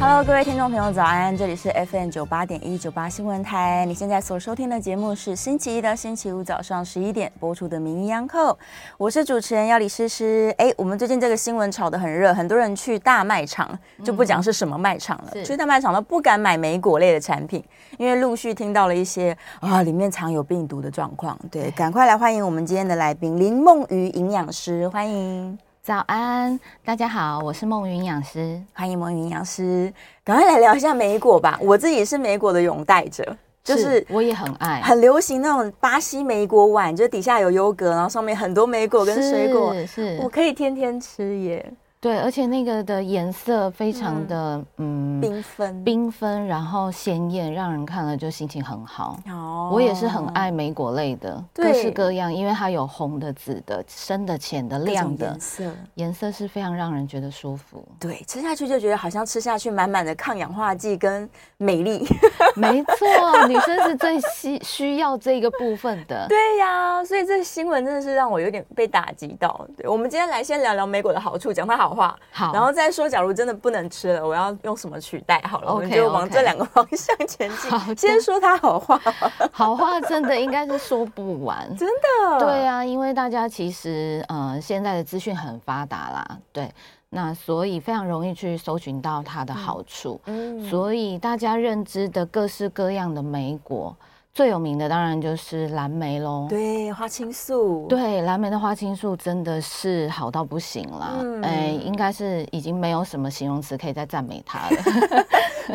Hello，各位听众朋友，早安！这里是 FM 九八点一九八新闻台。你现在所收听的节目是星期一到星期五早上十一点播出的《名医央叩》，我是主持人要李诗诗。哎，我们最近这个新闻炒得很热，很多人去大卖场，就不讲是什么卖场了，是去大卖场都不敢买莓果类的产品，因为陆续听到了一些啊里面藏有病毒的状况。对，赶快来欢迎我们今天的来宾林梦瑜营养师，欢迎。早安，大家好，我是梦云养师。欢迎蒙云营养师，赶快来聊一下莓果 吧。我自己是莓果的拥戴者，就是我也很爱，很流行那种巴西莓果碗，就是底下有优格，然后上面很多莓果跟水果，是是我可以天天吃耶，对，而且那个的颜色非常的嗯缤纷。缤纷，然后鲜艳，让人看了就心情很好。哦我也是很爱莓果类的，对各式各样，因为它有红的、紫的、深的、浅的、各亮种的颜，色，颜色是非常让人觉得舒服。对，吃下去就觉得好像吃下去满满的抗氧化剂跟美丽。 没错，女生是最需需要这个部分的。对呀、所以这个新闻真的是让我有点被打击到。对，我们今天来先聊聊莓果的好处，讲它好话，好然后再说，假如真的不能吃了，我要用什么取代？好了我们 OK，就往 OK 这两个方向前进。好的先说它好话，好话真的应该是说不完，真的。对啊，因为大家其实呃现在的资讯很发达啦，对，那所以非常容易去搜寻到它的好处，嗯，所以大家认知的各式各样的莓果，最有名的当然就是蓝莓喽。对，花青素，，对，蓝莓的花青素真的是好到不行啦，嗯哎、应该是已经没有什么形容词可以再赞美它 了。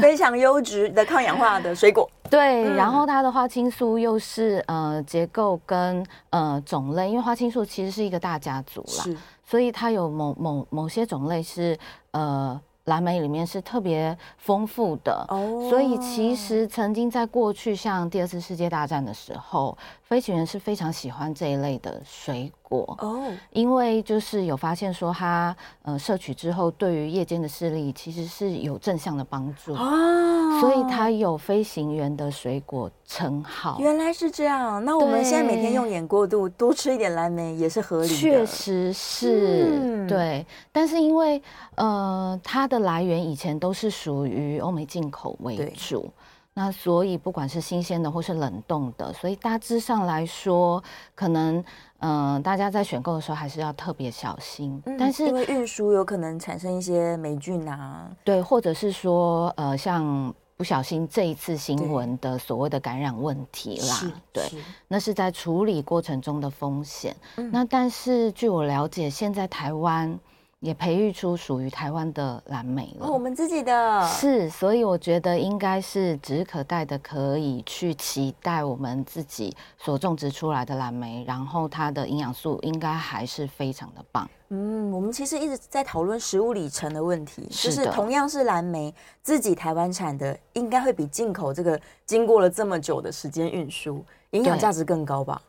非常优质的抗氧化的水果。对，嗯然后它的花青素又是呃结构跟呃种类，因为花青素其实是一个大家族啦，所以它有某某某些种类是呃蓝莓里面是特别丰富的。哦所以其实曾经在过去，像第二次世界大战的时候，飞行员是非常喜欢这一类的水果，哦，因为就是有发现说它呃摄取之后，对于夜间的视力其实是有正向的帮助。啊嗯所以它有飞行员的水果称号。原来是这样。那我们现在每天对用眼过度，多吃一点蓝莓也是合理的。确，实是、嗯对，但是因为呃，它的来源以前都是属于欧美进口为对主，那所以不管是新鲜的或是冷冻的，所以大致上来说，可能嗯、呃大家在选购的时候还是要特别小心。但是嗯因为运输有可能产生一些霉菌啊，对，或者是说，呃，像不小心这一次新闻的所谓的感染问题啦是，对嗯是，那是在处理过程中的风险。嗯那但是据我了解，现在台湾也培育出属于台湾的蓝莓了。哦，我们自己的是，所以我觉得应该是指日可待的，可以去期待我们自己所种植出来的蓝莓，然后它的营养素应该还是非常的棒。嗯，我们其实一直在讨论食物里程的问题，就是是的同样是蓝莓，自己台湾产的应该会比进口这个经过了这么久的时间运输，营养对价值更高吧？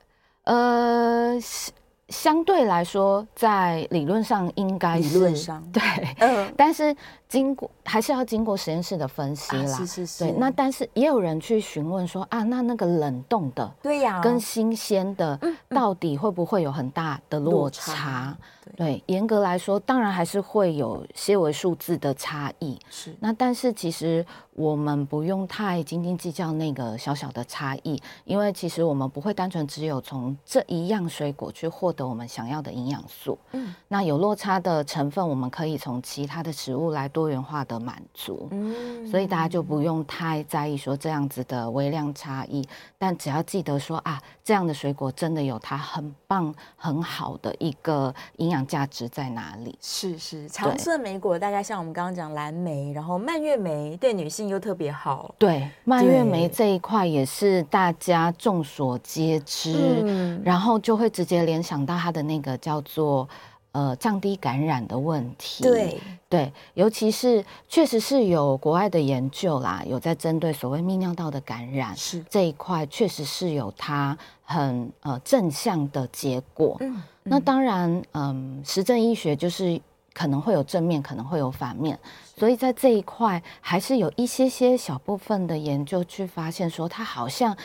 呃，相相对来说，在理论上应该理是论上对， 嗯，但是经过还是要经过实验室的分析啊 啦。是是是，对，那但是也有人去询问说啊，那那个冷冻的对呀，跟新鲜的到底会不会有很大的嗯落差？对，严格来说，当然还是会有些微数字的差异。是那但是其实我们不用太斤斤计较那个小小的差异，因为其实我们不会单纯只有从这一样水果去获得我们想要的营养素。嗯嗯，那有落差的成分，我们可以从其他的食物来多元化的满足。嗯所以大家就不用太在意说这样子的微量差异，但只要记得说啊，这样的水果真的有它很棒、很好的一个营养价值在哪里。是是，常吃的莓果大概像我们刚刚讲蓝莓，然后蔓越莓对女性又特别好，对，蔓越莓对这一块也是大家众所皆知，嗯然后就会直接联想到它的那个叫做呃降低感染的问题。对，对，尤其是确实是有国外的研究啦，有在针对所谓泌尿道的感染是这一块，确实是有它很呃正向的结果。嗯，那当然，嗯，实证医学就是可能会有正面，可能会有反面，所以在这一块还是有一些些小部分的研究去发现说，它好像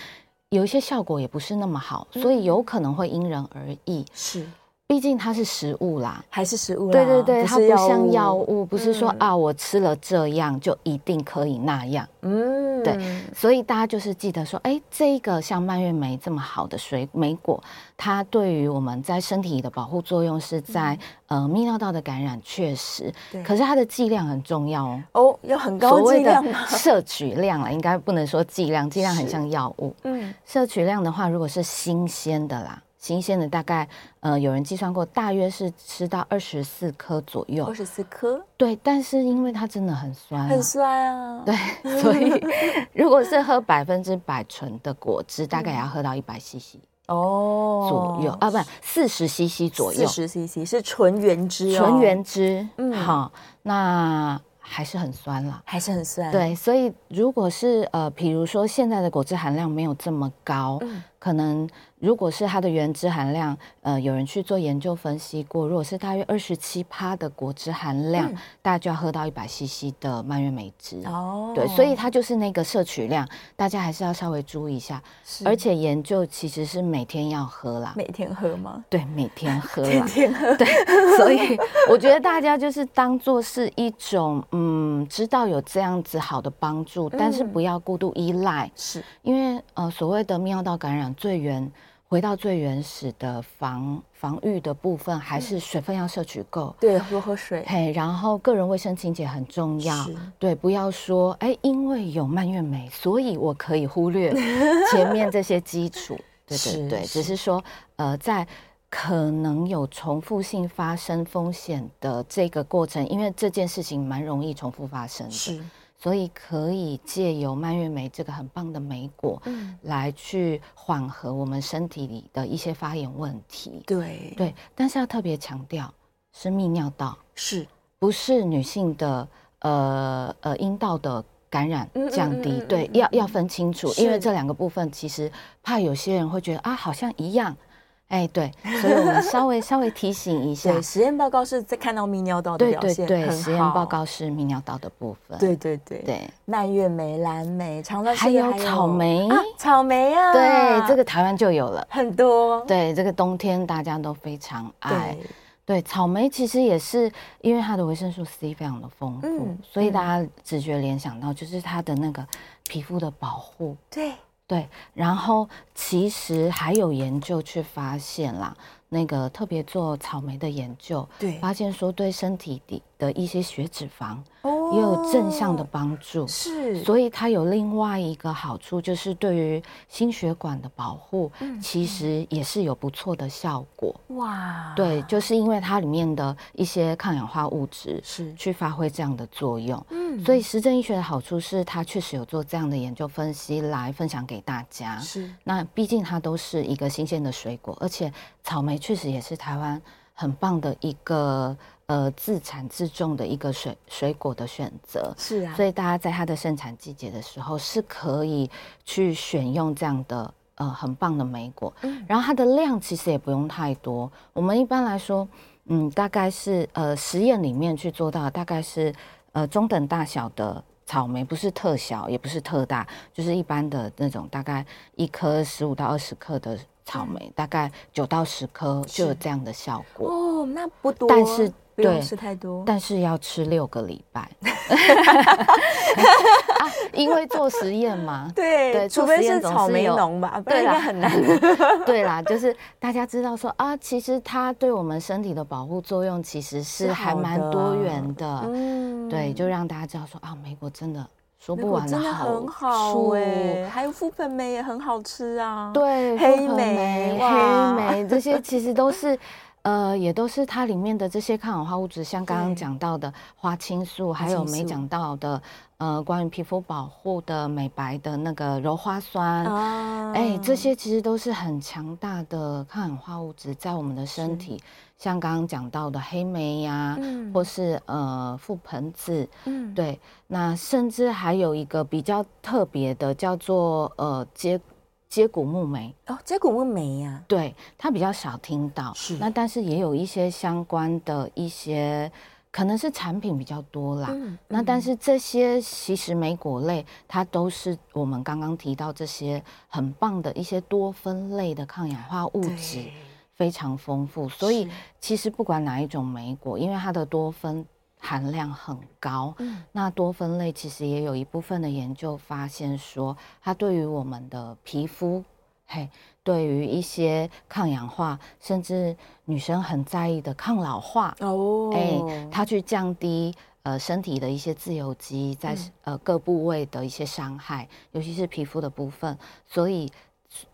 有一些效果也不是那么好，所以嗯有可能会因人而异。是，毕竟它是食物啦，还是食物啦？对对对，它是不药像物药。物，不是说嗯啊我吃了这样就一定可以那样。嗯，对所以大家就是记得说，哎，这一个像蔓越莓这么好的水莓果，它对于我们在身体的保护作用是在、呃泌尿道的感染确实嗯对，可是它的剂量很重要哦。哦，要很所高剂谓的量吗？ 摄取量啊，应该不能说剂量，剂量很是像药物。嗯，摄取量的话，如果是新鲜的啦，新鲜的大概呃有人计算过，大约是吃到二十四颗左右二。十四颗，对，但是因为它真的很酸、啊，很酸啊。对， 所以如果是喝百分之百纯的果汁，大概也要喝到一百 CC 哦，左右、啊，不，四十 CC 左右，四十 CC 是纯原汁、哦，纯原汁。嗯好，那还是很酸啦。还是很酸。，对，所以如果是呃，比如说现在的果汁含量没有这么高，嗯可能如果是它的原汁含量，呃，有人去做研究分析过，如果是大约二十七趴的果汁含量，嗯大家就要喝到一百 CC 的蔓越莓汁。哦，对，所以它就是那个摄取量，大家还是要稍微注意一下。是而且研究其实是每天要喝啦，每天喝吗？对，啊每 天喝天啦。天 喝，对，所以我觉得大家就是当做是一种，嗯，知道有这样子好的帮助，但是嗯不要过度依赖，是因为呃，所谓的泌尿道感染最原回到最原始的防防御的部分，还嗯是水分要摄取够。对，多喝水。嘿，然后个人卫生清洁很重要是，对，不要说哎，因为有蔓越莓，所以我可以忽 略前面这些基础，对是对对，是只是说呃，在可能有重复性发生风险的这个过程，因为这件事情蛮容易重复发生的，是，所以可以借由蔓越莓这个很棒的莓果嗯，来去缓和我们身体里的一些发炎问题，对，对，但是要特别强调是泌尿道。是不是女性的呃呃阴道的感染嗯嗯嗯降低，嗯嗯对嗯，要嗯要分清楚，是因为这两个部分其实怕有些人会觉得啊，好像一样，哎， 对，所以我们稍微稍微提醒一下对。，实验报告是在看到泌尿道的对表对现，对，很实验好报，告是泌尿道的部分。对对对，对，蔓越莓、蓝莓、长乐还有草莓，啊，草莓啊，对，这个台湾就有了。很多，对，这个冬天大家都非常爱。对，对，草莓其实也是因为它的维生素 C 非常的丰富，嗯所以嗯大家直觉联想到就是它的那个皮肤的保护。对，对，然后其实还有研究去发现啦，那个特别做草莓的研究，对发现说对身体里的一些血脂肪哦也有正向的，帮助。是，所以它有另外一个好处，就是对于心血管的保护，其实也是有不错的效果。哇，对，就是因为它里面的一些抗氧化物质是，去发挥这样的作用。嗯所以实证医学的好处是，它确实有做这样的研究分析来分享给大家。是那毕竟它都是一个新鲜的水果，而且草莓确实也是台湾很棒的一个呃自产自种的一个水水果的选择。是啊，所以大家在它的盛产季节的时候，是可以去选用这样的呃很棒的莓果，嗯然后它的量其实也不用太多。我们一般来说，嗯，大概是呃实验里面去做到，大概是呃中等大小的草莓，不是特小，也不是特大，就是一般的那种，大概一颗十五到二十克的草莓，嗯大概九到十颗就有这样的效果，哦，那不多，但是不用对吃太多，但是要吃六个礼 拜。啊，因为做实验嘛， 对对除做非实验是总草是莓有农吧，不然对应该啦，很难。 对啦，就是大家知道说啊，其实它对我们身体的保护作用其实是是还好蛮的多元的。嗯对，就让大家知道说啊，美国真的说莓不果完真的好很好处哎、还有覆盆莓也很好吃啊。，对，黑覆盆莓莓、哇 黑莓这些其实都是。呃，也都是它里面的这些抗氧化物质，像刚对刚讲到的花青素，还有青没素讲到的，呃，关于皮肤保护的美白的那个柔花酸，啊哎、这些其实都是很强大的抗氧化物质，在我们的身体，像刚刚讲到的黑莓呀、嗯或是呃覆盆子，嗯对，那甚至还有一个比较特别的，叫做呃接接骨木莓，哦，结果问莓呀、对，它比较少听到，是那但是也有一些相关的一些可能是产品比较多啦。嗯那但是这些其实莓果类，它都是我们刚刚提到这些很棒的一些多酚类的抗氧化嗯物质，非常丰富。所以其实不管哪一种莓果，因为它的多酚含量很高，那多酚类其实也有一部分的研究发现说，它对于我们的皮肤。嘿，对于一些抗氧化，甚至女生很在意的抗老化，哦，哎、它去降低呃身体的一些自由基在、嗯呃各部位的一些伤害，尤其是皮肤的部分。所以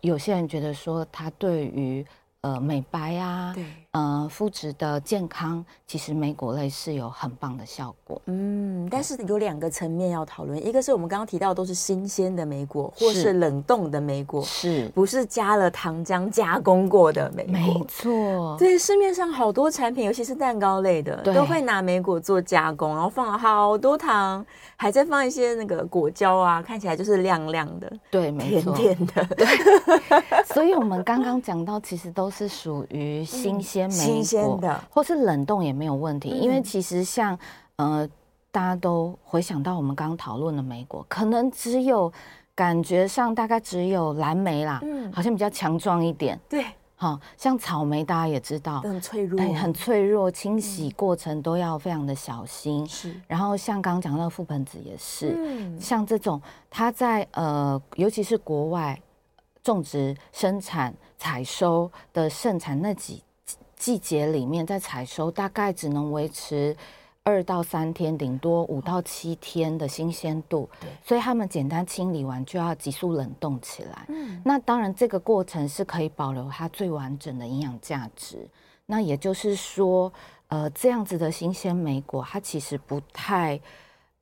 有些人觉得说，它对于呃美白啊，对，呃肤质的健康，其实莓果类是有很棒的效果。嗯，但是有两个层面要讨论，一个是我们刚刚提到都是新鲜的莓果，或是是冷冻的莓果，是，不是加了糖浆加工过的莓没果。错，对，市面上好多产品，尤其是蛋糕类的，对都会拿莓果做加工，然后放了好多糖，还在放一些那个果胶啊，看起来就是亮亮的、对，没甜错。甜的， 所以我们刚刚讲到，其实都是属于新鲜莓果，嗯新鲜的或是冷冻也没有问题，嗯因为其实像呃，大家都回想到我们刚刚讨论的莓果，可能只有感觉上大概只有蓝莓啦，嗯好像比较强壮一点，对，哈、像草莓大家也知道，很脆弱，嗯哎，很脆弱，清洗过程都要非常的小心。是，然后像刚刚讲到覆盆子也是，嗯，像这种，它在呃，尤其是国外种植、生产、采收的盛产那几季节里面，在采收大概只能维持二到三天，顶多五到七天的新鲜度。所以他们简单清理完就要急速冷冻起来。嗯那当然，这个过程是可以保留它最完整的营养价值。那也就是说，呃，这样子的新鲜莓果，它其实不太。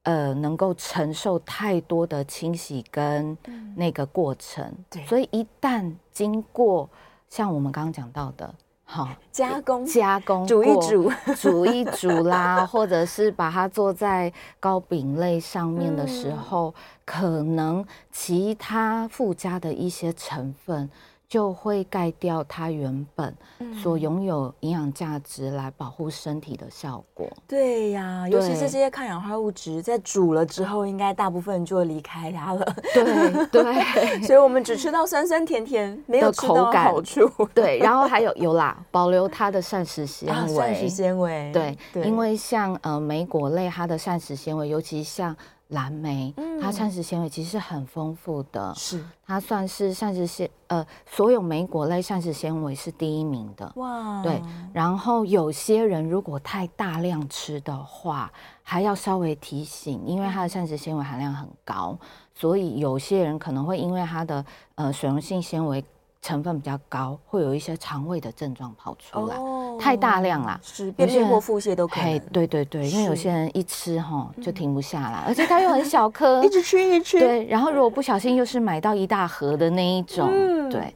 呃，能够承受太多的清洗跟那个过程，对所以一旦经过像我们刚刚讲到的，好加工加工煮一过煮，煮一煮啦，或者是把它做在糕饼类上面的时嗯候，可能其他附加的一些成分就会盖掉它原本嗯所拥有营养价值来保护身体的效 果。对呀，尤其对是这些抗氧化物质在煮了之后，应该大部分就离开它了， 对对所以我们只吃到酸酸甜甜，没有的吃口到感好处。 对，然后还有有啦，保留它的膳食 纤啊，维，膳食纤维，对，因为像呃莓果类，它的膳食纤维，尤其像蓝莓，它膳食纤维其实是很丰富的，是它算是膳食纤呃所有莓果类膳食纤维是第一名的。哇，对，然后有些人如果太大量吃的话，还要稍微提醒，因为它的膳食纤维含量很高，所以有些人可能会因为它的呃水溶性纤维成分比较高，会有一些肠胃的症状跑出来，哦太大量啦。是便秘或腹泻都可嘿以，，对对对，因为有是，些人一吃哈就停不下来，而且它又很小 颗一直吃一直吃，对，然后如果不小心又是买到一大盒的那一种，嗯对，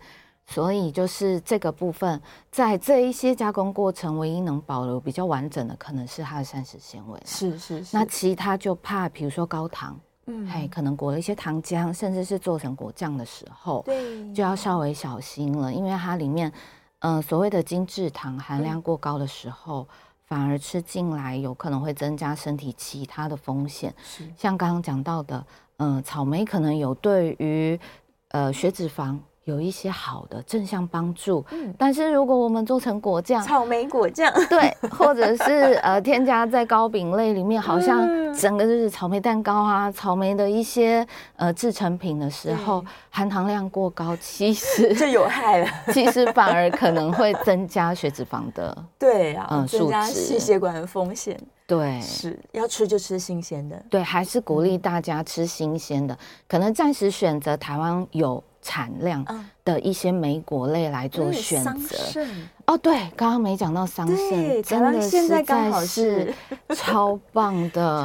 所以就是这个部分，在这一些加工过程，唯一能保留比较完整的，可能是它的膳食纤维了。是是是，那其他就怕，比如说高糖，嗯，嘿，可能裹了一些糖浆，甚至是做成果酱的时候，对就要稍微小心了，因为它里面，呃，所谓的精制糖含量过高的时候，反而吃进来有可能会增加身体其他的风险，像刚刚讲到的，嗯、草莓可能有对于呃血脂肪有一些好的正向帮助，但是如果我们做成果 酱，草莓果酱， 对，或者是呃添加在糕饼类里面，好像整个就是草莓蛋糕啊，草莓的一些呃制成品的时候，含糖量过高，其就实有害了。 其实反而可能会增加血脂肪的，对啊，嗯增加数值细血管的风险对。是要吃就吃新鲜的，对，还是鼓嗯励大家吃新鲜的，可能暂时选择台湾有产量嗯的一些莓果类来做嗯选桑择。葚哦，对，刚刚没讲到桑对葚，台真湾的现实在刚在好是 超棒 的，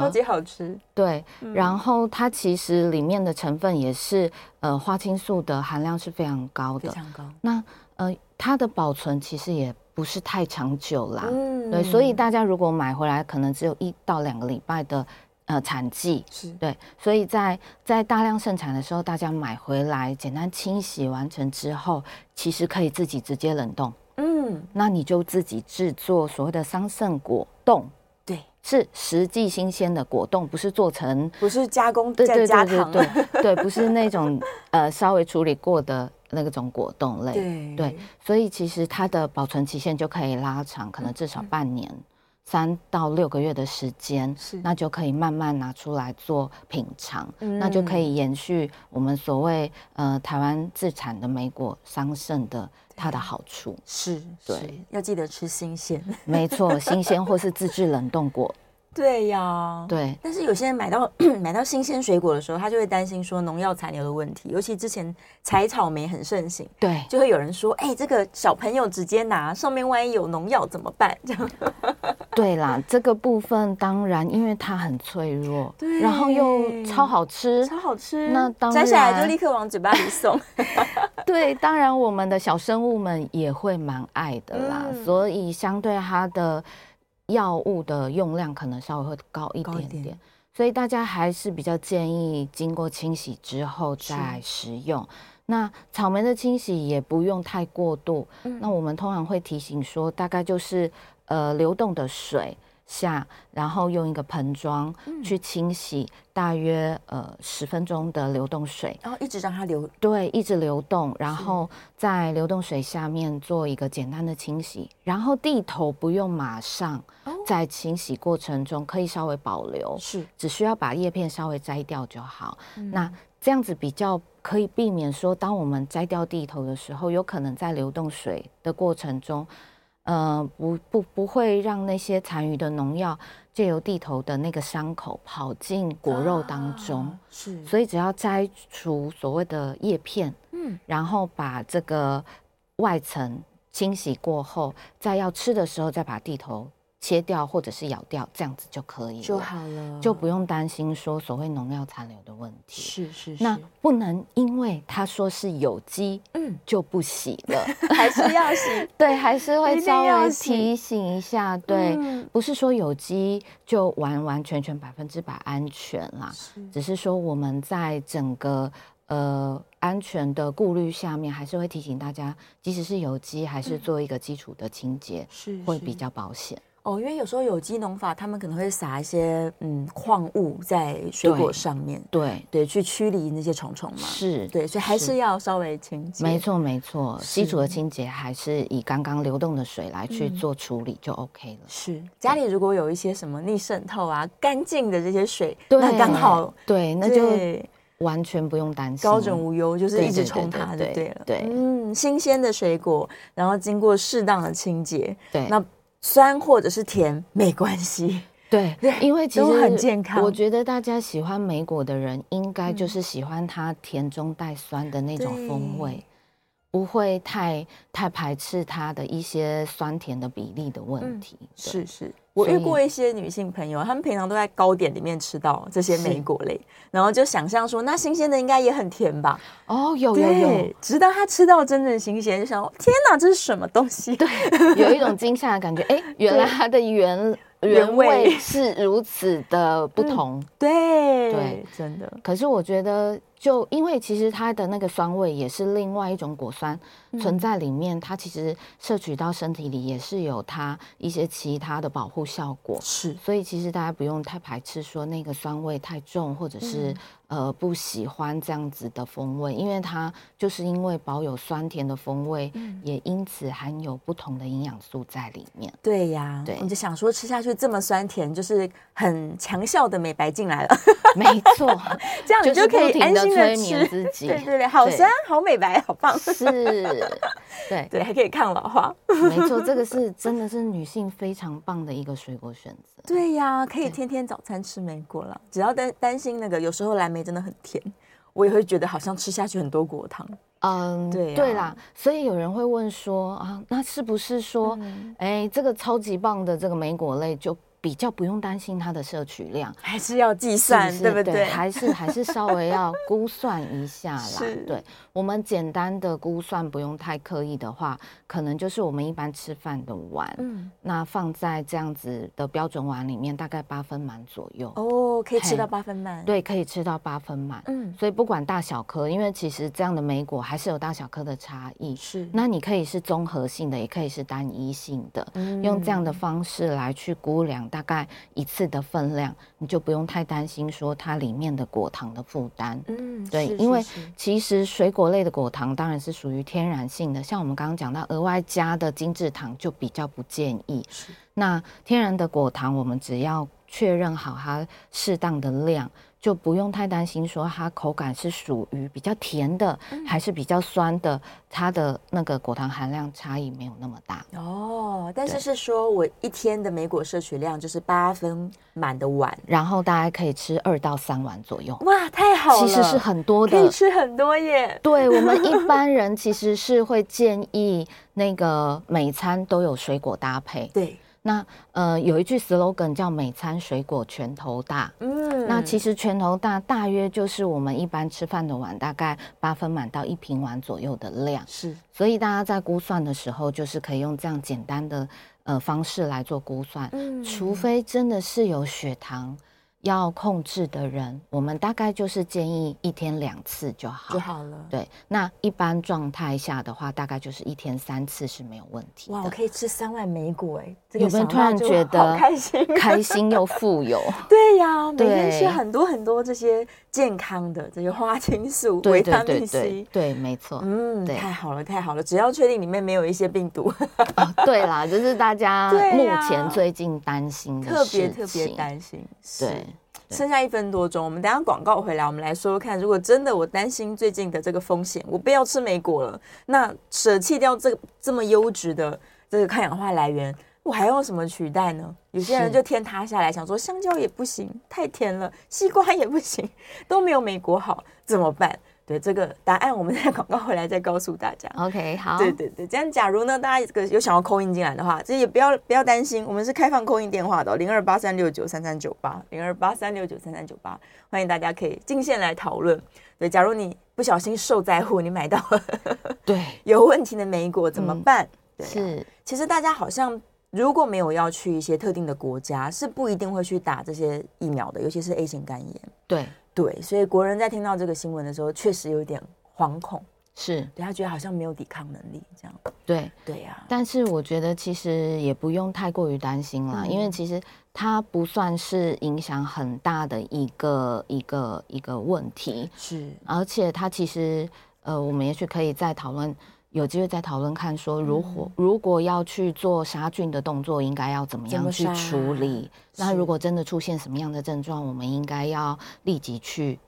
超级嗯好吃，对，然后它其实里面的成分也是呃花青素的含量是非常高非的。常高。那呃它的保存其实也不是太长久啦，嗯对，所以大家如果买回来，可能只有一到两个礼拜的呃产季。是对，所以在在大量盛产的时候，大家买回来简单清洗完成之后，其实可以自己直接冷冻。嗯，那你就自己制作所谓的桑葚果冻，对，是实际新鲜的果冻，不是做成不是加工对再对加对对糖，对对，不是那种呃稍微处理过的那种果冻类。对对，所以其实它的保存期限就可以拉长，可能至嗯少半年、三到六个月的时间，是那就可以慢慢拿出来做品尝，嗯那就可以延续我们所谓呃台湾自产的梅果桑葚的它的好处。是，对嗯是，要记得吃新鲜。没错，新鲜或是自制冷 冻果，对呀，。对。但是有些人买到 买到新鲜水果的时候，他就会担心说农药残留的问题，尤其之前采草莓很盛行，对，就会有人说，哎、这个小朋友直接拿，上面万一有农药怎么办？这样对啦，这个部分当然，因为它很脆弱，对然后又超好吃，超好吃，嗯那当摘下来然就立刻往嘴巴里送。 对，当然我们的小生物们也会蛮爱的啦，嗯所以相对它的药物的用量可能稍微会高一高一点点，点所以大家还是比较建议经过清洗之后再食用。那草莓的清洗也不用太过度，嗯那我们通常会提醒说，大概就是呃流动的水。下，然后用一个盆装嗯去清洗，大约呃十分钟的流动水，然后一直让它流，对，一直流动，然后在流动水下面做一个简单的清洗，然后地头不用马上，在清洗过程中可以稍微保留，是只需要把叶片稍微摘掉就好。那这样子比较可以避免说，当我们摘掉地头的时候，有可能在流动水的过程中，呃，不不不会让那些残余的农药借由地头的那个伤口跑进果肉当中。啊是，所以只要摘除所谓的叶片，嗯嗯，然后把这个外层清洗过后，在要吃的时候再把地头切掉或者是咬掉，这样子就可以了就，好了，就不用担心说所谓农药残留的问题。是是是，那不能因为他说是有机，嗯嗯，就不洗 了。还是要洗。对，还是一会定稍要微洗提醒一下。 对，嗯不是说有机就完完全全百分之百安全啦，只是说我们在整个呃安全的顾虑下面，还是会提醒大家，即使是有机，还是做一个基础的清洁，嗯是会是比较保险。哦，因为有时候有机农法，他们可能会撒一些嗯矿物在水果对上面，对，对，去驱离那些虫虫嘛。是，对，所以还是要。要稍微清洁。没，错，没错，基础是嗯的清洁还是以刚刚流动的水来去做处理就 OK 了。是家里如果有一些什么逆渗透啊、干净的这些水，对，那刚好对，那就对完全不用担心。高枕无忧，就是对一直对冲对它就对对了。对嗯，新鲜的水果，然后经过适当的清洁，对，那酸或者是甜没关系。对对，因为其都实很健康嗯我觉得大家喜欢梅果的人，应该就是喜欢它甜中带酸的那种风味，不会太太排斥它的一些酸甜的比例的问题。对嗯是是，我所遇以过一些女性朋友，她们平常都在糕点里面吃到这些莓是果类，然后就想象说，那新鲜的应该也很甜吧？哦，有有有对，直到她吃到真正新鲜，就想说天哪，这是什么东西？对，有一种惊吓的感觉，哎，原来它的原原原味嗯味是如此的不同。 对，对，真的可是我觉得，就因为其实它的那个酸味也是另外一种果酸嗯存在里面，它其实摄取到身体里也是有它一些其他的保护效果。是所以其实大家不用太排斥说那个酸味太重，或者是、嗯呃不喜欢这样子的风味，因为它就是因为保有酸甜的风味，嗯也因此含有不同的营养素在里面。对呀。对我就想说，吃下去这么酸甜，就是很强效的美白进来了， 没错，这样你就是可不以停安的心催的眠吃。自己。对对对，好酸，好美白，好棒。 是，对。对，还可以抗老化。 没错，这个是真的是女性非常棒的一个水果选择。对呀，可以对天天早餐吃莓果啦，只要担担心那个，有时候蓝莓真的很甜，我也会觉得好像吃下去很多果糖。嗯，对啊啦，所以有人会问说啊，那是不是说，嗯哎、这个超级棒的这个莓果类就比较不用担心它的摄取量？ 还是要计是算，是对不对？嗯还是还是稍微要估算一下啦是。对，我们简单的估算不用太刻意的话，可能就是我们一般吃饭的碗，嗯那放在这样子的标准碗里面，大概八分满左右。哦，可以吃嘿到八分半。，对，可以吃到八分满。嗯，所以不管大小颗，因为其实这样的莓果还是有大小颗的差异。是那你可以是综合性的，也可以是单一性的，嗯用这样的方式来去估量大概一次的分量，你就不用太担心说它里面的果糖的负担。嗯，对，是因为是是其实水果类的果糖当然是属于天然性的，像我们刚刚讲到额外加的精制糖就比较不建议。那天然的果糖，我们只要确认好它适当的量，就不用太担心说它口感是属于比较甜的，嗯还是比较酸的，它的那个果糖含量差异没有那么大。哦，但是对是说我一天的莓果摄取量就是八分满的碗，然后大家可以吃二到三碗左右，哇，太好了，其实是很多可以的。吃很多耶。对我们一般人其实是会建议那个每餐都有水果搭配。对，那呃有一句 slogan 叫“每餐水果拳头大”，嗯那其实拳头大大约就是我们一般吃饭的碗大概八分满到一平碗左右的量，是所以大家在估算的时候，就是可以用这样简单的呃方式来做估算。嗯除非真的是有血糖要控制的人，我们大概就是建议一天两次就好。就好了。对，那一般状态下的话，大概就是一天三次是没有问题哇，我的。可以吃三碗莓果哎，这有个没有想突到然就好觉得开心？开心又富有？ 对呀，每天吃对很多很多这些健康的这些花青素、维对他对命对对 C。对，没错。嗯，对太好了，太好了！只要确定里面没有一些病毒，啊，对啦，就是大家对目呀前最近担心 的特别事特别情担心。是对，对剩下一分多钟，我们等一下广告回来，我们来说说看，如果真的我担心最近的这个风险，我不要吃莓果了，那舍弃掉这个这么优质的这个抗氧化来源，我还用什么取代呢？有些人是就天塌下来，想说香蕉也不行，太甜了；西瓜也不行，都没有莓果好，怎么办？对这个答案，我们在广告回来再告诉大家。 OK，好，对对对，这样假如呢，大家这个有想要扣印进来的话，这也不要不要担心，我们是开放扣印电话的哦零二八三六九三三九八零二八三六九三三九八，欢迎大家可以进线来讨论。对，假如你不小心受灾户，你买到对，有问题的莓果怎么办？对、啊，是其实大家好像如果没有要去一些特定的国家，是不一定会去打这些疫苗的，尤其是 A 型肝炎。对，对，所以国人在听到这个新闻的时候，确实有点惶恐，是对他觉得好像没有抵抗能力这样。对。对啊呀、但是我觉得其实也不用太过于担心啦，嗯因为其实它不算是影响很大的一个一个一个问题，是。而且它其实呃，我们也许可以再讨论。有机会再讨论看，说如果、嗯如果要去做杀菌的动作，应该要怎么怎样么去杀处理？那是如果真的出现什么样的症状，我们应该要立即去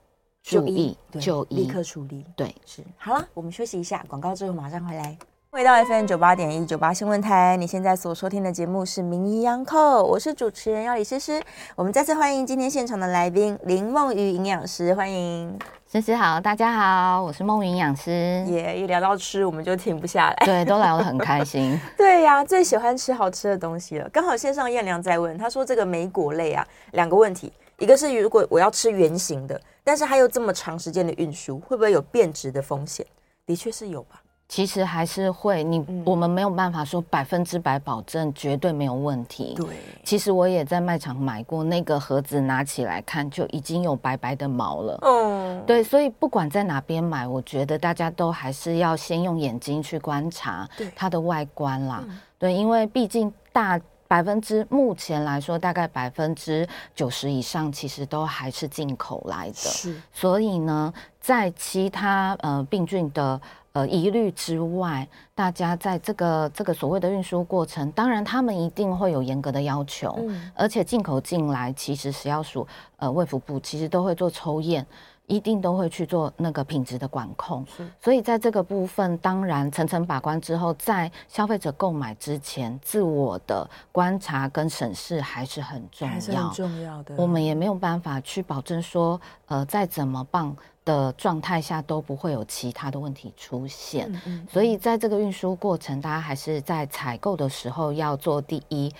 就注医意，对就医。立刻处理。对，是，好了，我们休息一下，广告之后马上回来。回到 FM 九八点一九八新闻台，你现在所收听的节目是《名医央叩》，我是主持人要李诗诗。我们再次欢迎今天现场的来宾林梦瑜营养师，欢迎。思思好，大家好，我是梦云营养师。也、一聊到吃，我们就停不下来。 对，都聊得很开心。对呀、最喜欢吃好吃的东西了。刚好线上燕良在问，他说这个莓果类啊，两个问题，一个是如果我要吃圆形的，但是它又这么长时间的运输，会不会有变质的风险？的确是有吧。其实还是会，你、嗯我们没有办法说百分之百保证绝对没有问题。对，其实我也在卖场买过，那个盒子拿起来看就已经有白白的毛了。嗯，对，所以不管在哪边买，我觉得大家都还是要先用眼睛去观察对它的外观啦。对，因为毕竟大百分之目前来说，大概百分之九十以上其实都还是进口来的。是所以呢，在其他呃病菌的呃疑虑之外，大家在这个这个所谓的运输过程，当然他们一定会有严格的要求，嗯而且进口进来其实食药署呃卫福部其实都会做抽验。一定都会去做那个品质的管控是，所以在这个部分，当然层层把关之后，在消费者购买之前，自我的观察跟审视还是很重还是要很。重要的。我们也没有办法去保证说，呃，再怎么棒的状态下都不会有其他的问题出现。嗯嗯所以在这个运输过程，大家还是在采购的时候要做第一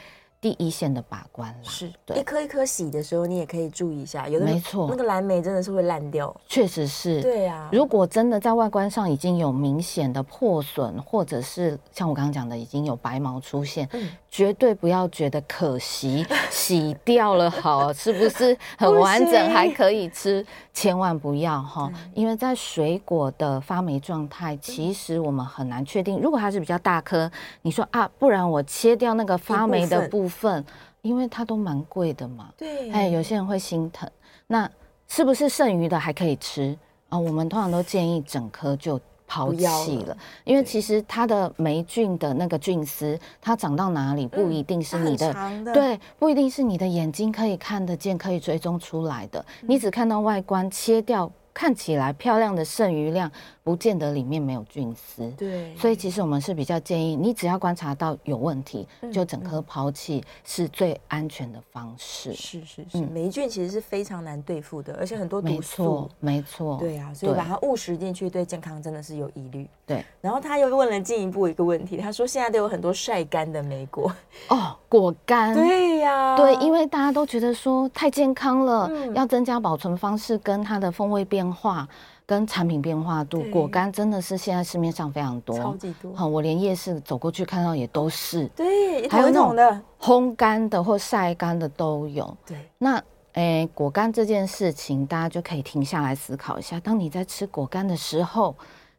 第一线的把关啦。是对一颗一颗洗的时候，你也可以注意一下，有的没错那个蓝莓真的是会烂掉。确实是。对啊呀、如果真的在外观上已经有明显的破损，或者是像我刚刚讲的已经有白毛出现，嗯绝对不要觉得可 惜，洗掉了好，是不是很不完整行还可以吃？千万不要哈，嗯因为在水果的发霉状态，其实我们很难确定。如果它是比较大颗，你说啊，不然我切掉那个发霉的一部部分。因为它都蛮贵的嘛。对，哎，有些人会心疼。那是不是剩余的还可以吃啊？我们通常都建议整颗就抛不弃要了，了因为对其实它的霉菌的那个菌丝，它长到哪里不一定嗯是它很你的，长的对，不一定是你的眼睛可以看得见、可以追踪出来的。嗯你只看到外观，切掉看起来漂亮的剩余量，不见得里面没有菌丝。对，所以其实我们是比较建议，你只要观察到有问题，嗯就整颗抛弃是最安全的方式。是是是，霉菌其实是非常难对付的，而且很多嗯没毒错素。，没错，对啊，所以对把它务实进去，对健康真的是有疑虑。对然后他又问了进一步一个问题，他说现在都有很多晒干的莓果。哦，果干。对呀对，因为大家都觉得说太健康了，嗯要增加保存方式跟它的风味变化，跟产品变化度。对果干真的是现在市面上非常多，超级多好、我连夜市走过去看到也都是对，一还桶有一那桶的，烘干的或晒干的都有。对，那诶，果干这件事情，大家就可以停下来思考一下。当你在吃果干的时候，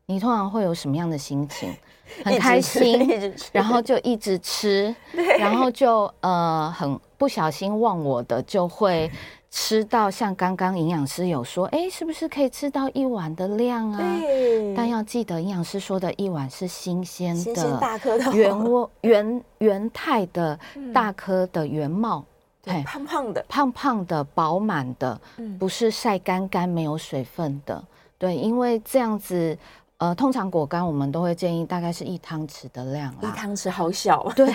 你通常会有什么样的 心情？很一直开吃 心一直吃，然后就一直 吃，然后就呃很不小心忘我的就会吃到像刚刚营养师有说，诶，是不是可以吃到一碗的量啊？对，但要记得，营养师说的一碗是新鲜的，新鲜大颗 的哦原窝原原态的大颗的原貌，嗯对嗯嘿胖胖的，胖胖的、饱满的，不是晒干干没有水分的。对，因为这样子，呃，通常果干我们都会建议大概是一汤匙的量一啦。汤匙好小啊。对，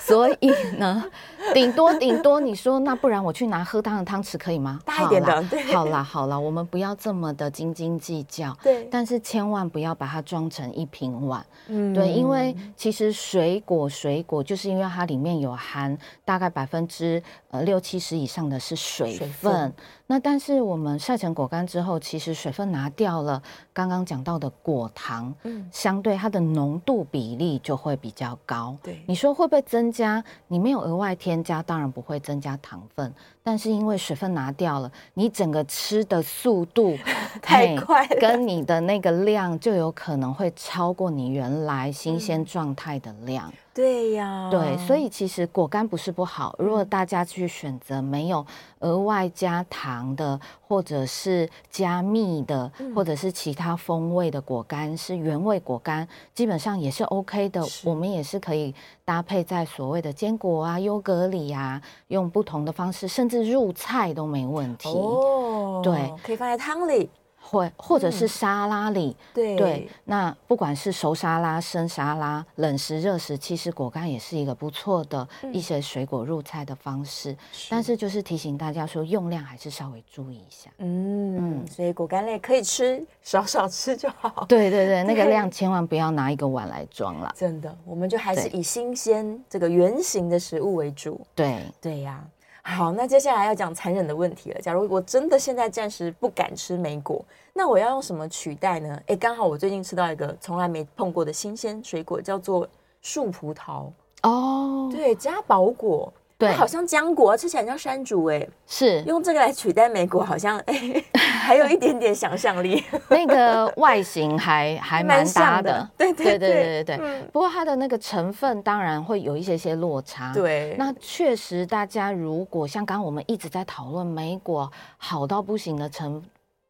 所以呢， 顶多顶多你说，那不然我去拿喝汤的汤匙可以吗？大一点的好啦 对好啦好啦，我们不要这么的斤斤计较。对但是千万不要把它装成一瓶碗，嗯对，因为其实水果水果就是因为它里面有含大概百分之呃六七十以上的是水水分，分那但是我们晒成果干之后，其实水分拿掉了，刚刚讲到的果糖，嗯相对它的浓度比例就会比较高。对你说会不会增加？你没有额外添加，当然不会增加糖分，但是因为水分拿掉了，你整个吃的速 度太嘿快了跟你的那个量就有可能会超过你原来新鲜状态的量。对呀，对，所以其实果干不是不好，如果大家去选择没有额外加糖的，或者是加蜜的，或者是其他风味的果干，是原味果干，基本上也是 OK 的。我们也是可以搭配在所谓的坚果啊、优格里啊，用不同的方式，甚至入菜都没问题。哦，对，可以放在汤里，或或者是沙拉里，对对，那不管是熟沙拉、生沙拉、冷食、热食，其实果干也是一个不错的一些水果入菜的方式。但嗯是就是提醒大家说，用量还是稍微注意一下。嗯，所以果干类可以吃，少少吃就好。对对对，那个对量千万不要拿一个碗来装啦。真的，我们就还是对以新鲜这个原形的食物为主。对，对呀、好，那接下来要讲残忍的问题了。假如我真的现在暂时不敢吃莓果，那我要用什么取代呢？哎，刚好我最近吃到一个从来没碰过的新鲜水果，叫做树葡萄，哦，对，加宝果。对它好像浆果，吃起来很像山竹哎，是用这个来取代莓果，好像哎、 还有一点点想象 力。那个外形还还蛮搭蛮像的的，对对对对对嗯对对。不过它的那个成分当然会有一些些落差，对那确实，大家如果像刚刚我们一直在讨论莓果好到不行的成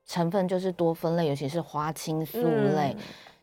成分，就是多酚类，尤其是花青素类。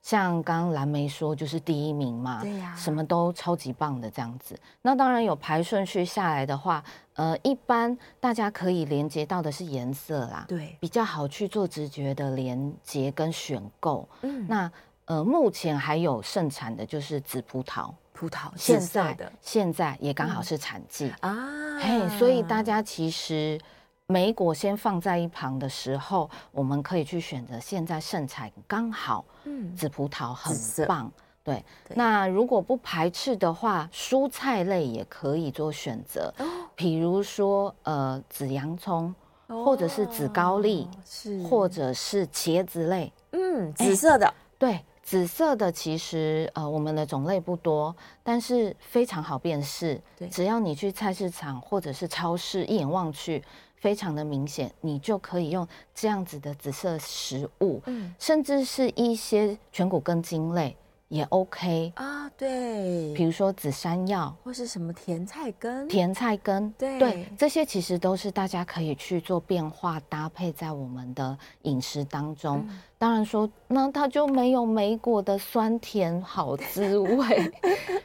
像刚刚蓝莓说，就是第一名嘛，嗯对呀什么都超级棒的这样子。那当然有排顺序下来的话，呃，一般大家可以连接到的是颜色啦，对，比较好去做直觉的连接跟选购。嗯，那呃，目前还有盛产的就是紫葡萄，葡萄现紫色在的现在也刚好是产季，嗯啊，嘿，所以大家其实莓果先放在一旁的时候，我们可以去选择现在盛产刚好，嗯紫葡萄很紫色棒。对，那如果不排斥的话，蔬菜类也可以做选择，比如说呃紫洋葱，或者是紫高丽，哦是或者是茄子类，嗯哎紫色的，对，紫色的其实呃我们的种类不多，但是非常好辨识对。只要你去菜市场或者是超市，一眼望去非常的明显，你就可以用这样子的紫色食物，嗯甚至是一些全谷根茎类。也 OK，啊，对，比如说紫杉药、或是什么甜菜根，甜菜根，对这些其实都是大家可以去做变化搭配在我们的饮食当嗯中。当然说，那它就没有梅果的酸甜好滋 味，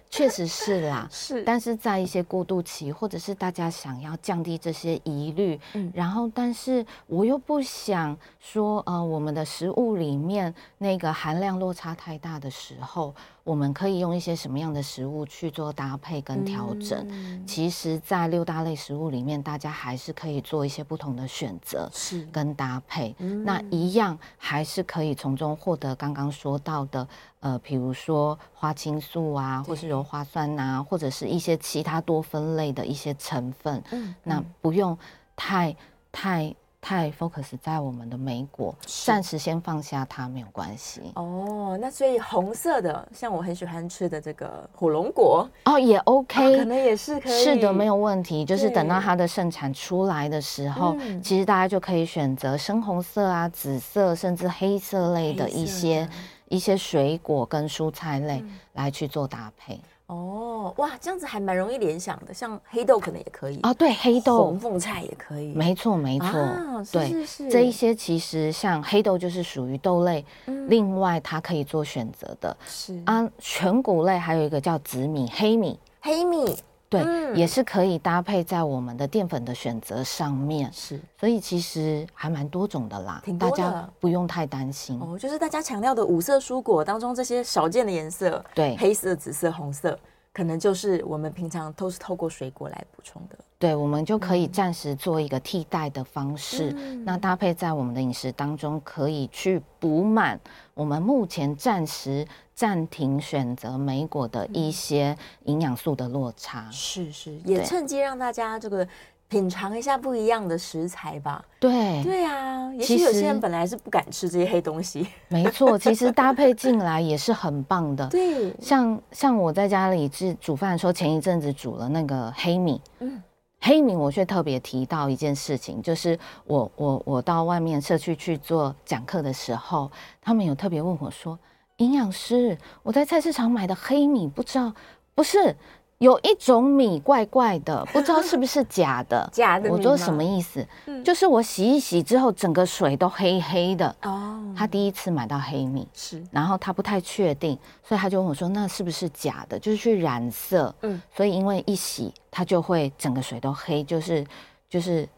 确实是啦。是，但是在一些过渡期，或者是大家想要降低这些疑虑，嗯然后但是我又不想说，呃，我们的食物里面那个含量落差太大的时候，我们可以用一些什么样的食物去做搭配跟调整？嗯其实，在六大类食物里面，大家还是可以做一些不同的选择是跟搭配。嗯那一样还是可以从中获得刚刚说到的，呃，比如说花青素啊，或是对柔花酸呐、或者是一些其他多酚类的一些成分。嗯那不用太太太 focus 在我们的莓果，是暂时先放下它没有关系哦，那所以红色的，像我很喜欢吃的这个火龙果，哦，也啊可 OK。能也是可以。是的，没有问题。就是等到对它的盛产出来的时候，嗯其实大家就可以选择深红色啊、紫色，甚至黑色类的黑色嗯一些一些水果跟蔬菜类来去做搭配哦，哇，这样子还蛮容易联想的，像黑豆可能也可以，啊。对，黑豆红，凤菜也可以，没错没错啊，是对是是这一些其实像黑豆就是属于豆类，嗯另外它可以做选择的。是啊，啊，全谷类还有一个叫紫米、黑米，黑米对，嗯也是可以搭配在我们的淀粉的选择上面，是所以其实还蛮多种的啦，挺大多的家不用太担心。哦，就是大家强调的五色蔬果当中这些少见的颜色，对黑色、紫色、红色，可能就是我们平常都是透过水果来补充的。对，我们就可嗯以暂时做一个替代的方式，那搭配在我们的饮食当中，可以去补满我们目前暂时暂停选择莓果的一些营养素的落差。嗯是是，也对趁机让大家这个品尝一下不一样的食材吧。对，对啊，也其许有些人实本来是不敢吃这些黑东西。没错，其实搭配进来也是很 棒的。 对，像像我在家里制煮饭的时候，前一阵子煮了那个黑米，嗯。嗯，黑米我却特别提到一件事情，就是我我我到外面社区去做讲课的时候，他们有特别问我说，营养师，我在菜市场买的黑米不知道不是。有一种米怪怪的，不知道是不是假的 假的我米说吗什么意思？嗯就是我洗一洗之后，整个水都黑黑的。哦，他第一次买到黑米，是然后他不太确定，所以他就问我说：“那是不是假的？就是去染色？”嗯嗯，所以因为一洗，它就会整个水都黑，就是就是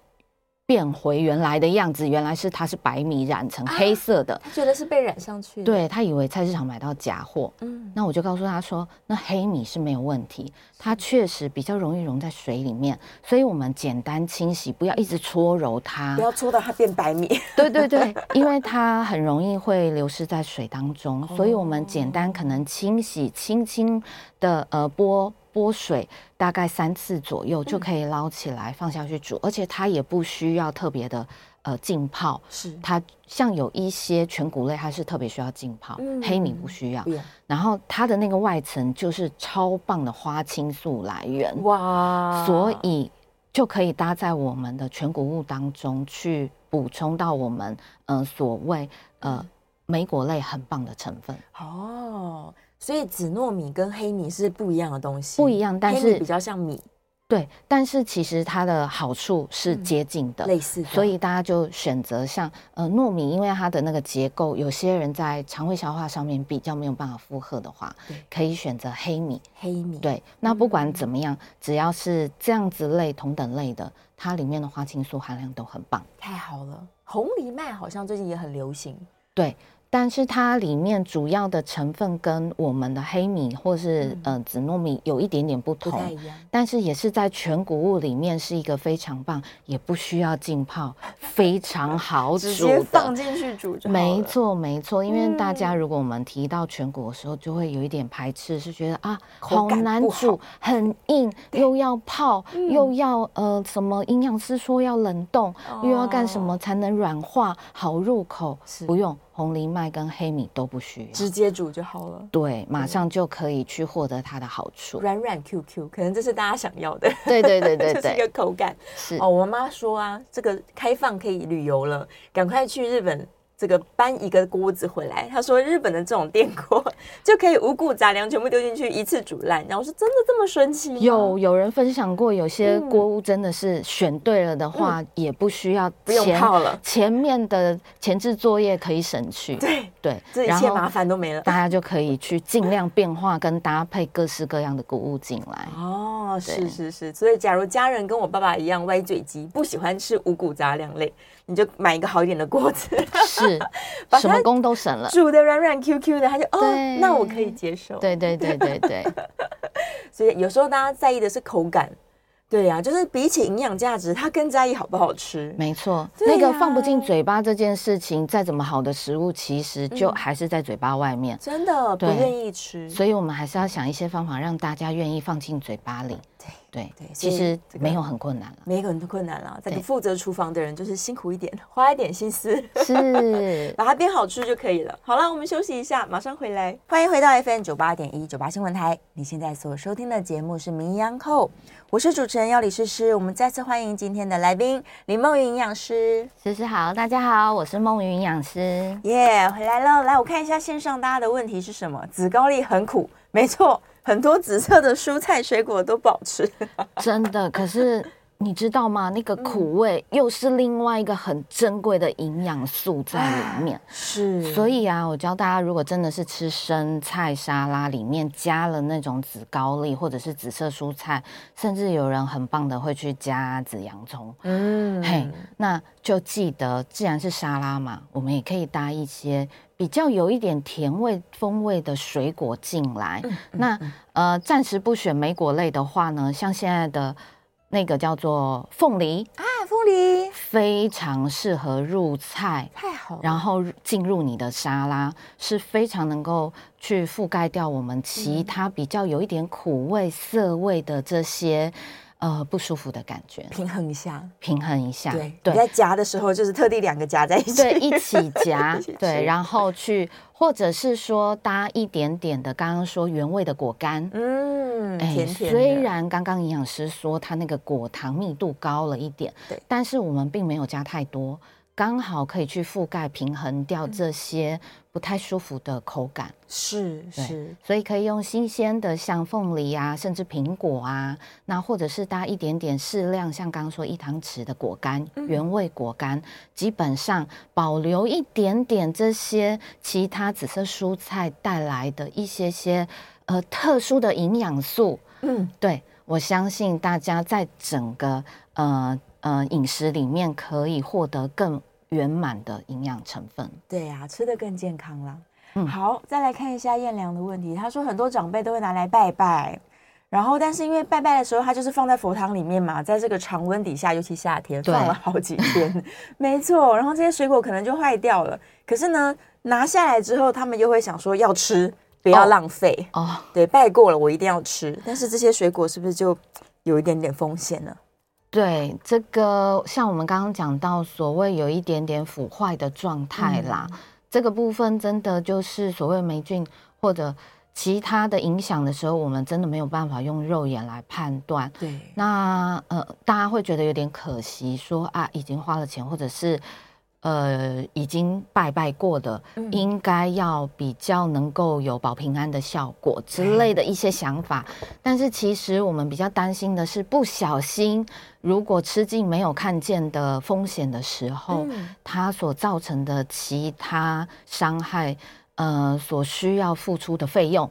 变回原来的样子。原来是它是白米染成黑色的，他觉得是被染上去的。，对他以为菜市场买到假货。嗯，那我就告诉他说，那黑米是没有问题，它确实比较容易溶在水里面，所以我们简单清洗，不要一直搓揉它不。要搓到它变白米。 对对对，因为它很容易会流失在水当中，所以我们简单可能清洗，轻轻的呃拨拨水，大概三次左右就可以捞起来放下去煮，而且它也不需要特别的呃浸泡。是它像有一些全谷类，它是特别需要浸泡，嗯黑米不需要不。用然后它的那个外层就是超棒的花青素来源，哇所以就可以搭在我们的全谷物当中去补充到我们呃所谓呃嗯莓果类很棒的成分，哦，所以紫糯米跟黑米是不一样的东西，不一样但黑米是比较像米对。但是其实它的好处是接近的，嗯类似的，所以大家就选择像呃糯米，因为它的那个结构，有些人在肠胃消化上面比较没有办法负荷的话对，嗯可以选择黑米。黑米对，那不管怎么样，只要是这样子类同等类的，它里面的花青素含量都很棒。太好了。红藜麦好像最近也很流行，对，但是它里面主要的成分跟我们的黑米或是、呃紫糯米有一点点不嗯不太同，一样。但是也是在全谷物里面是一个非常棒，也不需要浸泡，非常好 直煮接的。放进去煮就好了嗯没，错，没错，因为大家如果我们提到全谷的时候，就会有一点排斥，是觉得啊，口好感难不好嗯煮，很硬，又要泡，又要呃什么营养师说要冷冻，又要干什么才能软化好入口哦是？不用，红藜麦跟黑米都不需要直。接煮就好了，对，马上就可以去获得它的好处。嗯软软 Q Q，可能这是大家想要的，对 对对对就是一个对，口感。是哦，我妈说啊，这个开放可以旅游了，赶快去日本。这个搬一个锅子回来，她说日本的这种电锅就可以五谷杂粮全部丢进去，一次煮烂。然后我说真的这么神奇吗？有有人分享过，有些嗯锅物真的是选对了的话，也不需要不用前泡了前面的前置作业可以省去。对，对，这一然切后麻烦都没了。大家就可以去尽量变化跟搭配各式各样的谷物进 来。哦，是对是是，所以假如家人跟我爸爸一样歪嘴鸡，不喜欢吃五谷杂粮类，你就买一个好一点的锅 子，是把，什么它工都省了。煮的软软 Q Q 的，他就哦，对那我可以接受。，对对对对 对，所以有时候大家在意的是口感，对呀、就是比起营养价值，他更在意好不好吃。没错。对那个呀放不进嘴巴这件事情，再怎么好的食物，其实就嗯还是在嘴巴外面。真的不对愿意吃，所以我们还是要想一些方法，让大家愿意放进嘴巴里。对对所其以实这个没有很困难了。每个人都困难啦。这个对负责厨房的人就是辛苦一点，花一点心思。 是。 把它变好吃就可以了。好了，我们休息一下，马上回来。欢迎回到 FM 九八点一九八新闻台，你现在所收听的节目是《名医央叩》，我是主持人要李诗诗。我们再次欢迎今天的来宾林梦云营养师，思思好，大家好，我是梦云营养师。耶、回来了。来，我看一下线上大家的问题是什么？紫高丽很苦，没错，很多紫色的蔬菜水果都不好吃。真的，可是你知道吗？那个苦味又是另外一个很珍贵的营养素在里面。是所以啊，我教大家，如果真的是吃生菜沙拉，里面加了那种紫高丽或者是紫色蔬菜，甚至有人很棒的会去加紫洋葱。嗯嘿，那就记得，既然是沙拉嘛，我们也可以搭一些比较有一点甜味风味的水果进来。嗯那呃，暂时不选莓果类的话呢，像现在的那个叫做凤梨，啊，凤梨非常适合入菜。太好了，然后入进入你的沙拉是非常能够去覆盖掉我们嗯其他比较有一点苦味、涩味的这些呃不舒服的感觉，平衡一下。平衡一下。对，你在夹的时候就是特地两个夹在一起， 对，一起夹一起，吃对，然后去，或者是说搭一点点的，刚刚说原味的果干。嗯，哎甜甜的虽然刚刚营养师说它那个果糖密度高了一点，对但是我们并没有加太多，刚好可以去覆盖平衡嗯掉这些不太舒服的口感。是是，所以可以用新鲜的，像凤梨啊，甚至苹果啊，那或者是搭一点点适量，像刚刚说一汤匙的果干，原味果干，基本上保留一点点这些其他紫色蔬菜带来的一些些呃特殊的营养素。嗯，对我相信大家在整个呃呃饮食里面可以获得更圆满的营养成分。对呀、吃的更健康啦。嗯好，再来看一下燕良的问题，他说很多长辈都会拿来拜拜。然后，但是因为拜拜的时候，它就是放在佛堂里面嘛，在这个常温底下，尤其夏天，对放了好几天， 没错。然后这些水果可能就坏掉了，可是呢，拿下来之后，他们又会想说要吃，不要哦浪费。哦，对，拜过了，我一定要吃。但是这些水果是不是就有一点点风险呢？对，这个像我们刚刚讲到，所谓有一点点腐坏的状态啦，这个部分真的就是所谓霉菌或者其他的影响的时候，我们真的没有办法用肉眼来判断。对，那呃，大家会觉得有点可惜，说啊，已经花了钱，或者是呃，已经拜拜过的，嗯应该要比较能够有保平安的效果之类的一些想法。但是其实我们比较担心的是，不小心如果吃进没有看见的风险的时嗯候，它所造成的其他伤害，呃，所需要付出的费用。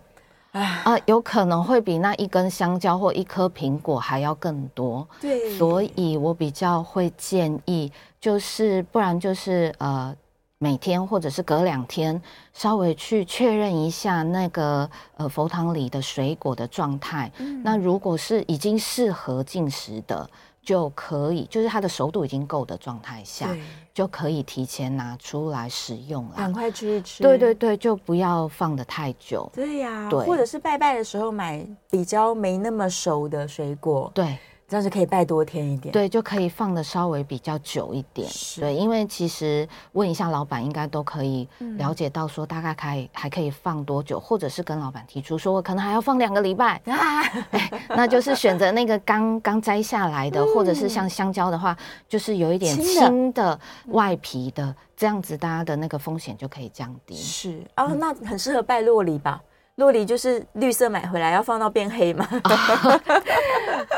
唉啊、有可能会比那一根香蕉或一颗苹果还要更多，对所以我比较会建议，就是不然就是呃，每天或者是隔两天稍微去确认一下那个呃佛堂里的水果的状态。那如果是已经适合进食的，就可以，就是它的熟度已经够的状态下，对嗯就可以提前拿出来食用啦赶。快吃一吃。对对对，就不要放得太久。对呀、对或者是拜拜的时候买比较没那么熟的水果，对，这样就可以拜多天一点。对，就可以放的稍微比较久一点。对，因为其实问一下老板，应该都可以嗯了解到说大概可以还可以放多久，或者是跟老板提出说我可能还要放两个礼拜啊，哎那就是选择那个刚刚摘下来的，或者是像香蕉的话，就是有一点嗯轻的嗯轻的外皮的，这样子大家的那个风险就可以降低。是啊，嗯那很适合拜洛梨吧？洛梨就是绿色买回来要放到变黑嘛。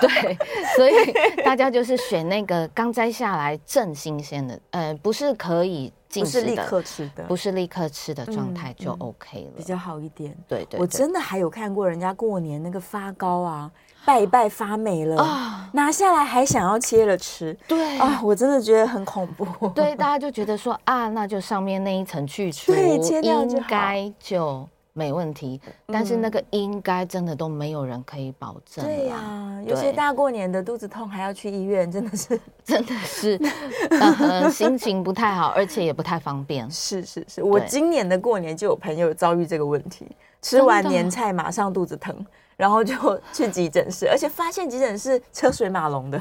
对，所以大家就是选那个刚摘下来正新鲜的，呃，不是可以 进不是食的，立刻吃的，不是是立刻吃的状态就嗯嗯 OK 了。比较好一点。对对，我对真的还有看过人家过年那个发糕啊，拜一拜发霉了，啊，拿下来还想要切了吃对啊，我真的觉得很恐怖。对，大家就觉得说啊，那就上面那一层去除，对切掉就应好嗯该就没问题。但是那个应该真的都没有人可以保 证对呀、啦，尤其对大过年的肚子痛还要去医院，真的是 真的 是呃心情不太好，而且也不太方便。是是是，我对今年的过年就有朋友遭遇这个问题，吃啊完年菜马上肚子疼，然后就 去急诊室，而且发现急诊室车水马龙的，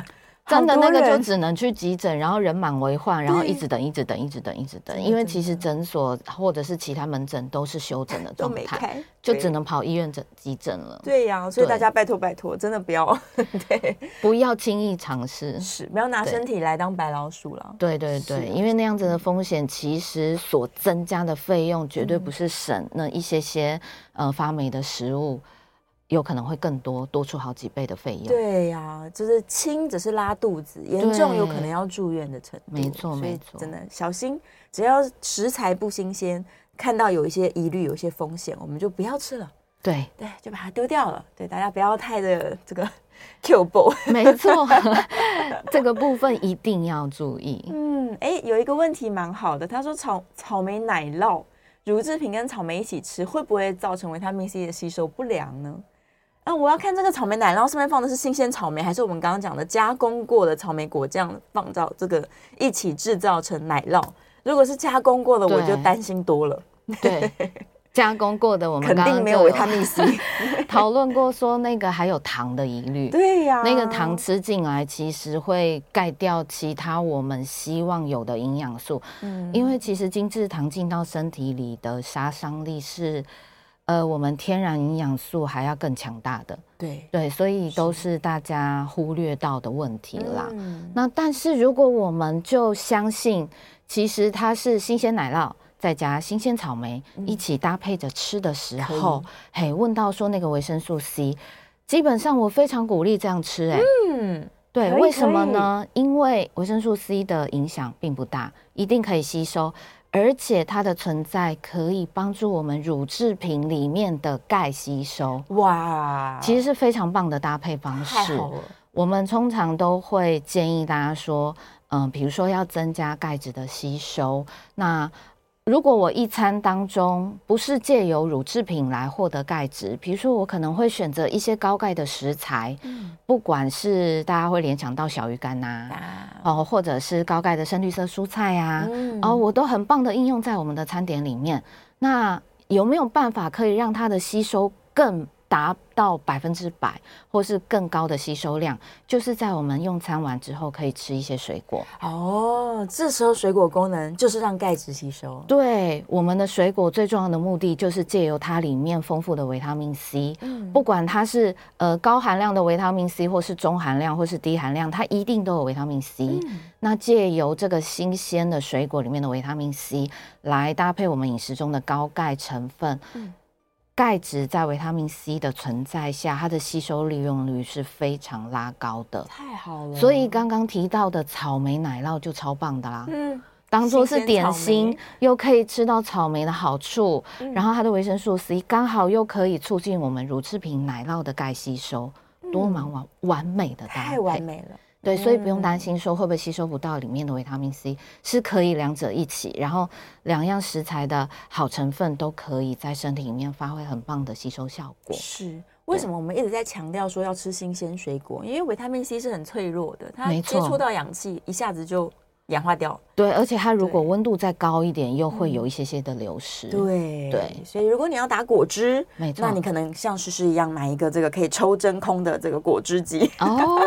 真的好多那个就人只能去急诊，然后人满为患，然后对一直等，一直等，一直等，一直等。真的因为真其的实诊所或者是其他门诊都是休诊的都状没态，开，就对只能跑医院诊急诊了。对呀、所以对大家拜托拜托，真的不要 对，不要轻易尝试。是不要拿对身体来当白老鼠了。对对是啊嗯对，因为那样子的风险，其实所增加的费用绝嗯对不是省那一些些呃发霉的食物，有可能会更多，多出好几倍的费用。对呀、就是轻只是拉肚子，严重有可能要住院的程度。没错所以没错真的小心，只要食材不新鲜，看到有一些疑虑、有一些风险，我们就不要吃了，对，对，就把它丢掉了。对，大家不要太的这个 Q 爆。没错， 这个部分一定要注意。嗯，哎，有一个问题蛮好的，他说草草莓奶酪、乳制品跟草莓一起吃，会不会造成维他命 C 的吸收不良呢？啊，我要看这个草莓奶酪上面放的是新鲜草莓，还是我们刚刚讲的加工过的草莓果酱放到这个一起制造成奶酪？如果是加工过的，对我就担心多了， 对，加工过的我们肯刚定刚没有就维他命 C。讨论过，说那个还有糖的疑虑。对啊呀、那个糖吃进来，其实会盖掉其他我们希望有的营养素，嗯因为其实精制糖进到身体里的杀伤力是，呃，我们天然营养素还要更强大的，对对，所以都是大家忽略到的问题啦。嗯那但是如果我们就相信，其实它是新鲜奶酪。再加新鲜草莓嗯一起搭配着吃的时候，嘿，问到说那个维生素 C，基本上我非常鼓励这样吃、哎、嗯，对，可以为什么呢？因为维生素 C 的影响并不大，一定可以吸收，而且它的存在可以帮助我们乳制品里面的钙吸收，哇，其实是非常棒的搭配方式。啊太好了，我们通常都会建议大家说，嗯、比如说要增加钙质的吸收。那如果我一餐当中不是借由乳制品来获得钙质，比如说我可能会选择一些高钙的食材，不管是大家会联想到小鱼干呐、啊哦，或者是高钙的深绿色蔬菜啊，嗯哦，我都很棒的应用在我们的餐点里面。那有没有办法可以让它的吸收更达到百分之百，或是更高的吸收量？就是在我们用餐完之后，可以吃一些水果。哦，这时候水果功能就是让钙质吸收。对，我们的水果最重要的目的就是借由它里面丰富的维他命 C，、不管它是呃高含量的维他命 C，或是中含量，或是低含量，它一定都有维他命 C。那借由这个新鲜的水果里面的维他命 C 来搭配我们饮食中的高钙成分。钙质在维他命 C 的存在下，它的吸收利用率是非常拉高的，太好了，所以刚刚提到的草莓奶酪就超棒的啦。嗯，当做新是鲜点草心莓，又可以吃到草莓的好处，嗯然后它的维生素 C 刚好又可以促进我们乳制品奶酪的钙吸收，多蛮完完美的搭嗯太配。完美了，对，所以不用担心说会不会吸收不到里面的维他命 C，是可以两者一起，然后两样食材的好成分都可以在身体里面发挥很棒的吸收效果。是。为什么我们一直在强调说要吃新鲜水果？因为维他命 C 是很脆弱的，它没接错触到氧气一下子就氧化掉。对，而且它如果温度再高一点，又会有一些些的流失。嗯对嗯对所以如果你要打果汁，没错那你可能像诗诗一样买一个这个可以抽真空的这个果汁 机，啊哦，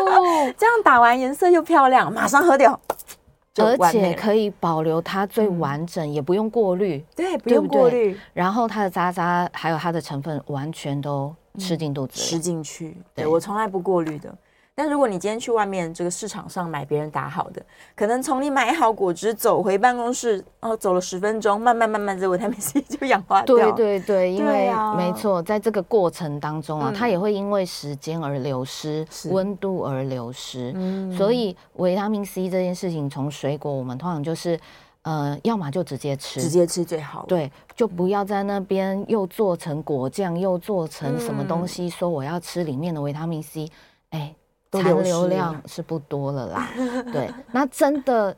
这样打完颜色又漂亮，马上喝掉， 就而完且美了可以保留它最完整，也不用过滤，对，不对用不对过滤，然后它的渣渣还有它的成分完全都吃进肚子嗯吃里。进去。对对我从来不过滤的。但如果你今天去外面这个市场上买别人打好的，可能从你买好果汁走回办公室，哦，走了十分钟，慢慢慢慢，这维他命 C 就氧化掉对了。对对，因对为啊没错，在这个过程当中啊，嗯它也会因为时间而流失，是温度而流失。嗯所以维他命 C 这件事情，从水果我们通常就是，呃，要么就直接吃，直接吃最好。，对，就不要在那边又做成果酱，又做成什么嗯东西，说我要吃里面的维他命 C，哎，都残流失留了量是不多 了啦。对，那真的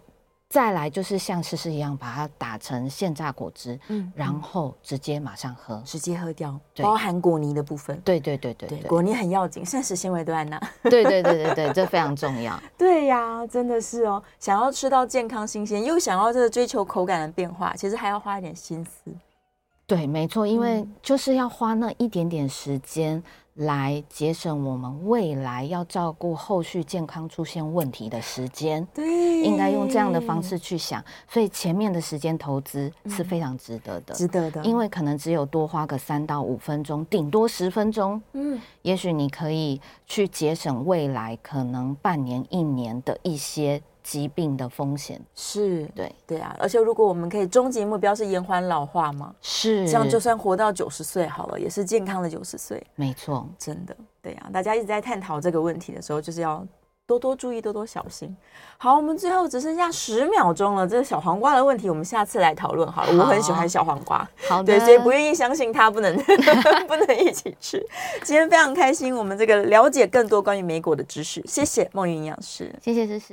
再来就是像诗诗一样，把它打成现榨果汁，嗯然后直接马上喝。直接喝掉，对包含果泥的部分。对对对对对，对果泥很要紧，膳食纤维都在 那。对对对对对，这非常重 要。对呀，真的是哦，想要吃到健康新鲜，又想要这个追求口感的变化，其实还要花一点心思。对，没错，因为嗯就是要花那一点点时间来节省我们未来要照顾后续健康出现问题的时间。对，应该用这样的方，式去想，所以前面的时间投资嗯是非常值得的，值得的。因为可能只有多花个三到五分钟，顶多十分钟，嗯，也许你可以去节省未来可能半年、一年的一些疾病的风险。是对，对啊，而且如果我们可以终极目标是延缓老化嘛，是这样就算活到九十岁好了，也是健康的九十岁，没错，真的。对啊，大家一直在探讨这个问题的时候，就是要多多注意，多多小心。好，我们最后只剩下十秒钟了，这个小黄瓜的问题，我们下次来讨论好了。我很喜欢小黄瓜，啊好的，对，所以不愿意相信它不能 不能一起吃。今天非常开心，我们这个了解更多关于莓果的知识，谢谢梦云营养师。谢谢，谢谢。